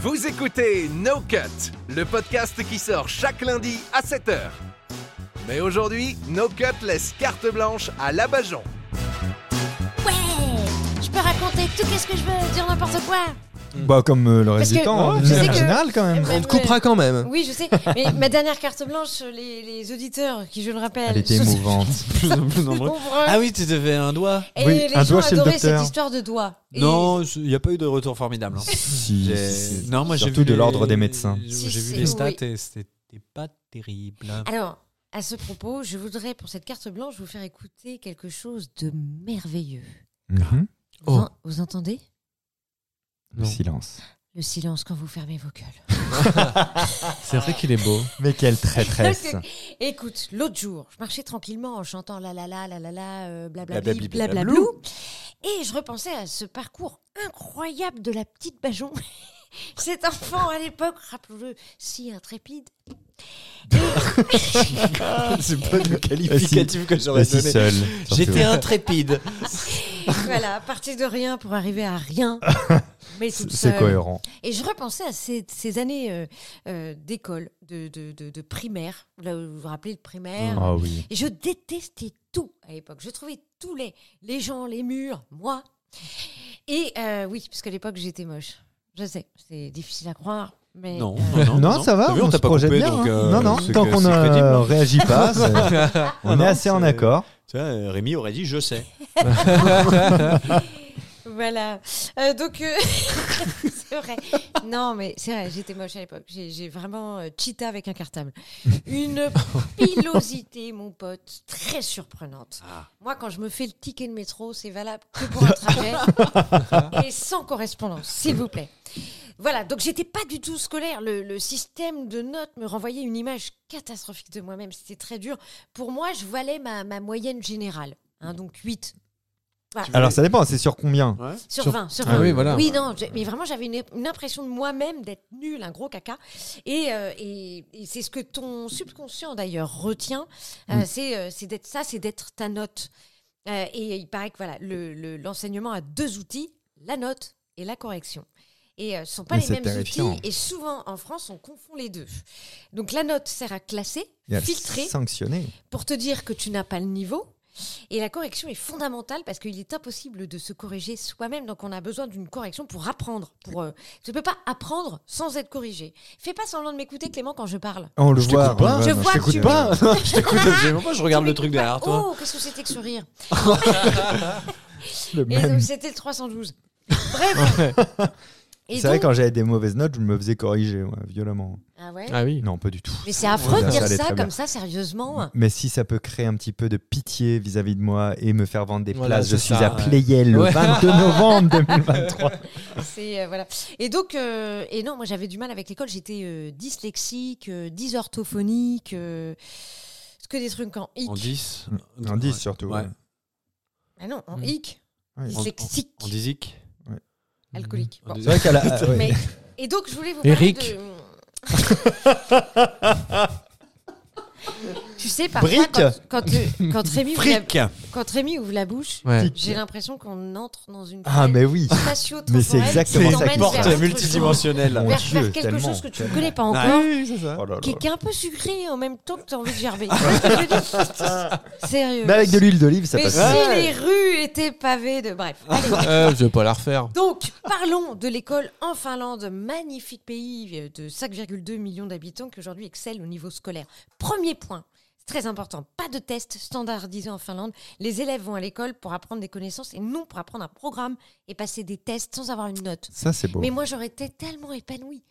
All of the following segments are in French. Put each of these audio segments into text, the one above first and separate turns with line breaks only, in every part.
Vous écoutez No Cut, le podcast qui sort chaque lundi à 7h. Mais aujourd'hui, No Cut laisse carte blanche à l'abajon.
Ouais Je peux raconter tout ce que je veux, dire n'importe quoi
Bah comme euh, le
Parce
reste du
que-
temps,
oh,
hein,
je sais
c'est
que-
original quand même.
Eh ben,
On te coupera quand même.
Oui, je sais, mais ma dernière carte blanche, les, les auditeurs, qui je le rappelle,
Elle était
sont
émouvante.
Plus en plus nombreux.
nombreux.
Ah oui, tu te fais un doigt.
Et
Oui,
les
un
gens
doigt chez le
adoraient cette
docteur.
histoire de doigts. Et-
Non, il n'y a pas eu de retour formidable. hein.
Si,
J'ai-
si.
Non, moi j'ai
Surtout
vu
de
les-
l'ordre des médecins.
J'ai
Si,
j'ai vu
c'est-
les stats
oui. Ah,
et c'était pas terrible.
Alors, à ce propos, je voudrais, pour cette carte blanche, vous faire écouter quelque chose de merveilleux.
Mhm.
Oh.
Vous, en- vous entendez
Le silence.
le silence quand vous fermez vos gueules.
C'est vrai qu'il est beau.
Mais quelle traîtresse.
Écoute, l'autre jour, je marchais tranquillement en chantant la la la la la la euh, blablabli
Blablabli,
blablablou et je repensais à ce parcours incroyable de la petite Bajon. Cet enfant à l'époque, rappelons-le, si intrépide.
Ah, C'est pas le
qualificatif
que
Et si Ah, seul.
J'étais
surtout.
intrépide.
Voilà, à partir de rien pour arriver à rien. Mais toute
C'est
seule.
cohérent.
Et je repensais à ces, ces années euh, euh, d'école, de, de, de- de primaire. Là, vous vous rappelez le primaire
Ah oui.
Et Je détestais tout à l'époque. Je trouvais tout laid. Les gens, les murs, moi. Et euh, oui, parce qu'à l'époque, j'étais moche. Je sais, c'est difficile à croire. Mais
Non,
euh,
non,
Non, ça va,
T'as vu,
on,
t'a
se
pas
projette
coupé,
bien.
donc,
hein.
euh,
non, non,
c'est
tant
que-
qu'on
c'est crédible.
ne réagit pas, c'est-
Ah
on
non,
est assez en
c'est-
accord.
Tu vois, euh, Rémi aurait dit je sais.
voilà. Euh, donc, euh, c'est vrai. Non, mais c'est vrai, j'étais moche à l'époque. J'ai j'ai vraiment euh, cheaté avec un cartable. Une pilosité, mon pote, très surprenante.
Ah.
Moi, quand je me fais le ticket de métro, c'est valable que pour un trajet et sans correspondance, s'il vous plaît. Voilà, donc j'étais pas du tout scolaire. Le, le système de notes me renvoyait une image catastrophique de moi-même. C'était très dur. Pour moi, je valais ma, ma moyenne générale, hein, donc 8. Voilà.
Alors ça dépend, c'est sur combien
Ouais.
Sur,
Sur-
20, sur
Ah
20.
oui, voilà.
Oui, non, j'ai- mais vraiment, j'avais une, une impression de moi-même d'être nulle, un gros caca. Et, euh, et- et c'est ce que ton subconscient, d'ailleurs, retient. Euh, C'est euh, c'est d'être ça, c'est d'être ta note. Euh, et il paraît que voilà, le- le- l'enseignement a deux outils, la note et la correction. Et euh, ce ne sont pas
Mais
les
c'est
mêmes
terrifiant.
outils. Et souvent, en France, on confond les deux. Donc, la note sert à classer,
Et à
filtrer,
Sanctionner.
pour te dire que tu n'as pas le niveau. Et la correction est fondamentale parce qu'il est impossible de se corriger soi-même. Donc on a besoin d'une correction pour apprendre. Pour, euh, tu ne peux pas apprendre sans être corrigé. Fais pas semblant de m'écouter Clément quand je parle.
On le
Je
voit.
t'écoute pas.
ouais,
Je
non,
vois que
t'écoute
tu-
pas.
je t'écoute absolument pas, je regarde
Tu
le truc
m'écoutes pas.
derrière toi.
Oh, qu'est-ce que c'était que ce rire
Le
Et
même.
donc, c'était le 312. Bref. Et
C'est vrai
donc-
quand j'avais des mauvaises notes, je me faisais corriger ouais, violemment.
Ah ouais
Ah oui.
Non, pas du tout.
Mais c'est affreux de
Ça, ça
dire
allait
ça,
très bien.
comme ça, sérieusement.
Mais si ça peut créer un petit peu de pitié vis-à-vis de moi et me faire vendre des
Voilà,
places, je
c'est
suis
ça,
à
ouais.
Playel le
Ouais.
22 novembre 2023.
C'est euh, voilà. Et donc, euh, et non, moi j'avais du mal avec l'école. J'étais euh, dyslexique, euh, dysorthophonique, euh, que des trucs en hic.
En 10.
Un 10 surtout.
Ouais.
ouais.
Ah non, en
Mm.
hic,
Oui.
En-
dyslexique,
En 10 hic.
alcoolique.
En
Bon.
C'est vrai qu'à la- ouais.
Mais- et donc, je voulais vous parler
Eric.
de... tu sais, parfois,
Brique.
quand, quand, le- quand Rémi ouvre la,
Fric
quand Rémi ouvre la bouche,
Ouais.
j'ai l'impression qu'on entre dans une
Ah, mais oui.
spatio
Mais c'est exactement ça qui se passe.
porte multidimensionnelle.
Mon
Vers,
Dieu,
vers quelque
tellement,
chose que tu ne
tellement.
connais pas encore,
Oh là là.
qui, qui est un peu sucré en même temps que tu as envie de gerber. Tu vois ce que je veux dire Sérieux.
Mais avec de l'huile d'olive, ça
Mais
passe.
si
mieux.
les rues étaient pavées de... Bref, allez.
Euh, je vais pas la refaire.
Donc, parlons de l'école en Finlande, magnifique pays euh, de 5,2 millions d'habitants qui aujourd'hui excelle au niveau scolaire. Premier point, c'est très important, pas de tests standardisés en Finlande. Les élèves vont à l'école pour apprendre des connaissances et non pour apprendre un programme et passer des tests sans avoir une note.
Ça, c'est beau.
Mais moi, j'aurais été tellement épanouie.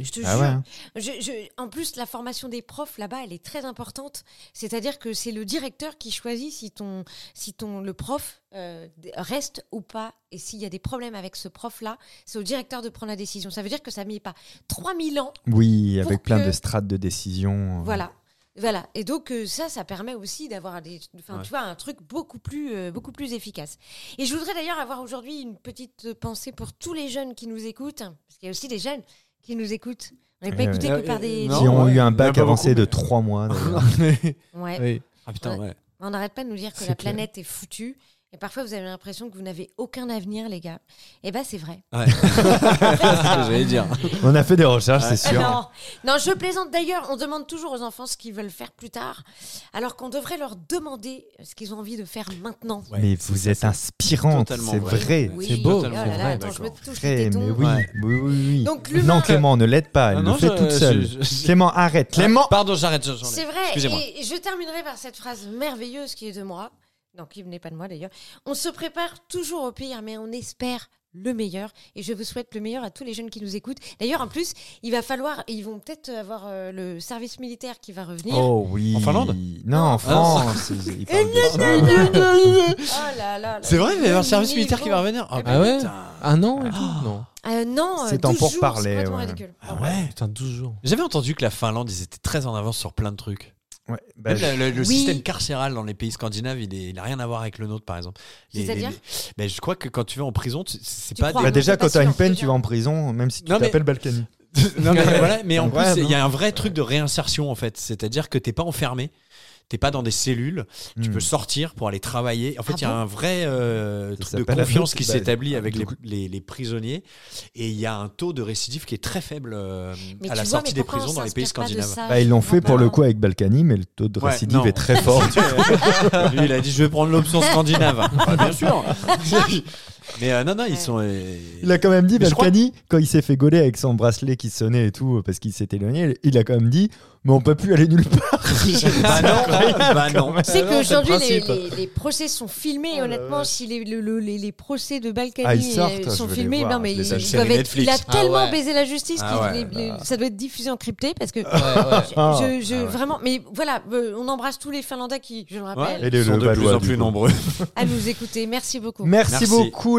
Je te
Ah
jure.
ouais, hein.
Je- je- en plus, la formation des profs là-bas, elle est très importante. C'est-à-dire que c'est le directeur qui choisit si ton, si ton, le prof euh, d- reste ou pas. Et s'il y a des problèmes avec ce prof-là, c'est au directeur de prendre la décision. Ça veut dire que ça met pas 3000 ans.
Oui,
Pour
avec plein
que-
de strates de décision. euh,
Voilà. Voilà. Et donc, euh, ça, ça permet aussi d'avoir des, enfin,
Ouais.
tu vois, un truc beaucoup plus, euh, beaucoup plus efficace. Et je voudrais d'ailleurs avoir aujourd'hui une petite euh, pensée pour tous les jeunes qui nous écoutent. Parce qu'il y a aussi des jeunes qui nous écoutent. On n'est pas
Eh ouais.
écoutés que par des.
Non,
qui ont
ouais,
eu
il y en
un
a
bac
pas
avancé
beaucoup,
de
mais-
3 mois. d'ailleurs.
Ouais.
Oui.
Ah putain, ouais.
On n'arrête pas de nous dire que
C'est
la
clair.
planète est foutue Et parfois, vous avez l'impression que vous n'avez aucun avenir, les gars. Eh ben, c'est vrai.
Ouais. c'est ce que j'allais dire.
On a fait des recherches, c'est
Ah
sûr.
Non. non, je plaisante d'ailleurs. On demande toujours aux enfants ce qu'ils veulent faire plus tard, alors qu'on devrait leur demander ce qu'ils ont envie de faire maintenant.
Ouais,
mais
c'est
vous
ça,
êtes inspirante,
totalement
c'est
vrai.
vrai.
Ouais.
Oui.
C'est beau.
Oh là
Totalement
là,
vrai,
attends, je me
d'accord.
touche les
Vrai, mais
tétons.
oui,
Ouais.
oui, oui, oui.
Donc, l'humain-
non, Clément, ne l'aide pas, elle
Ah
le
non,
fait
je-
toute seule.
je- je- Ah,
Clément, arrête. Clément
Pardon, j'arrête. j'en ai-
C'est vrai.
Excusez-moi.
Et et je terminerai par cette phrase merveilleuse qui est de moi. Non, qui n'est pas de moi d'ailleurs. On se prépare toujours au pire, mais on espère le meilleur. Et je vous souhaite le meilleur à tous les jeunes qui nous écoutent. D'ailleurs, en plus, il va falloir, ils vont peut-être avoir euh, le service militaire qui va revenir. Oh,
Oh oui.
En Finlande
Non,
Ah,
en France. il parle de ça.
Oh là là. là.
C'est vrai, il va y avoir le service
Le
militaire qui va
niveau.
revenir. Oh,
Ah ouais
putain.
Un an et tout Non.
Euh, non, euh,
C'est en
12 jours,
pourparlers,
c'est complètement
ouais.
ridicule.
Ah ouais.
Putain, 12 jours.
J'avais entendu que la Finlande, ils étaient très en avance sur plein de trucs.
Ouais, bah,
Même
je-
la- le, le
Oui.
système carcéral dans les pays scandinaves, il, est- il a rien à voir avec le nôtre, par exemple. Les-
C'est-à-dire
les- les- ben, Je crois que quand tu vas en prison, tu- c'est
Tu
pas
crois
des-
bah,
non,
déjà,
c'est pas
quand t'as
sûr,
une peine,
déjà.
tu vas en prison, même si tu
Non, mais-
t'appelles Balkany.
non, mais voilà, mais en plus,
Incroyable,
il y a un vrai truc de réinsertion en fait. C'est-à-dire que t'es pas enfermé, t'es pas dans des cellules, tu
Hmm.
peux sortir pour aller travailler. En fait,
Ah
il y a
bon
un vrai euh, truc de
s'appelle la
confiance
doute-
qui
bah,
s'établit avec les,
doute.
les- les prisonniers et il y a un taux de récidive qui est très faible euh,
Mais
à
tu
la
vois,
sortie
mais
des
pourquoi on
prisons dans les pays
s'inspire pas de
scandinaves.
ça
Bah, ils l'ont fait pour le
Ah, Non.
coup avec Balkany, mais le taux de
Ouais,
récidive
non.
est très fort.
euh, Lui, il a dit je vais prendre l'option scandinave. Bah, bien sûr. mais euh, non, non, ils sont. euh,
Il a quand même dit,
Mais je crois-
Balkany, quand il s'est fait gauler avec son bracelet qui sonnait et tout, parce qu'il s'est éloigné, il a quand même dit, mais on peut plus aller nulle part.
bah non, bah non.
Tu sais
Ah non,
qu'aujourd'hui,
c'est
les,
le principe.
les- les procès sont filmés. et
Oh la
honnêtement,
vache.
si les, le- le- les- les procès de Balkany
Ah, ils sortent,
euh,
je
sont
vais les
filmés,
voir,
non, mais
je les
ils
achète.
doivent
Série
être-
Netflix.
il a
Ah
tellement
ouais.
baisé la justice que
Ah ouais,
ça doit être diffusé en crypté parce que
Ah.
je, je-
Ah ouais.
vraiment. Mais voilà, euh, on embrasse tous les Finlandais qui, je le rappelle,
Ouais,
Et
ils
les-
sont
le
de plus
Valois,
en
du
plus
coup.
nombreux.
à nous écouter. Merci beaucoup.
Merci,
Merci.
beaucoup,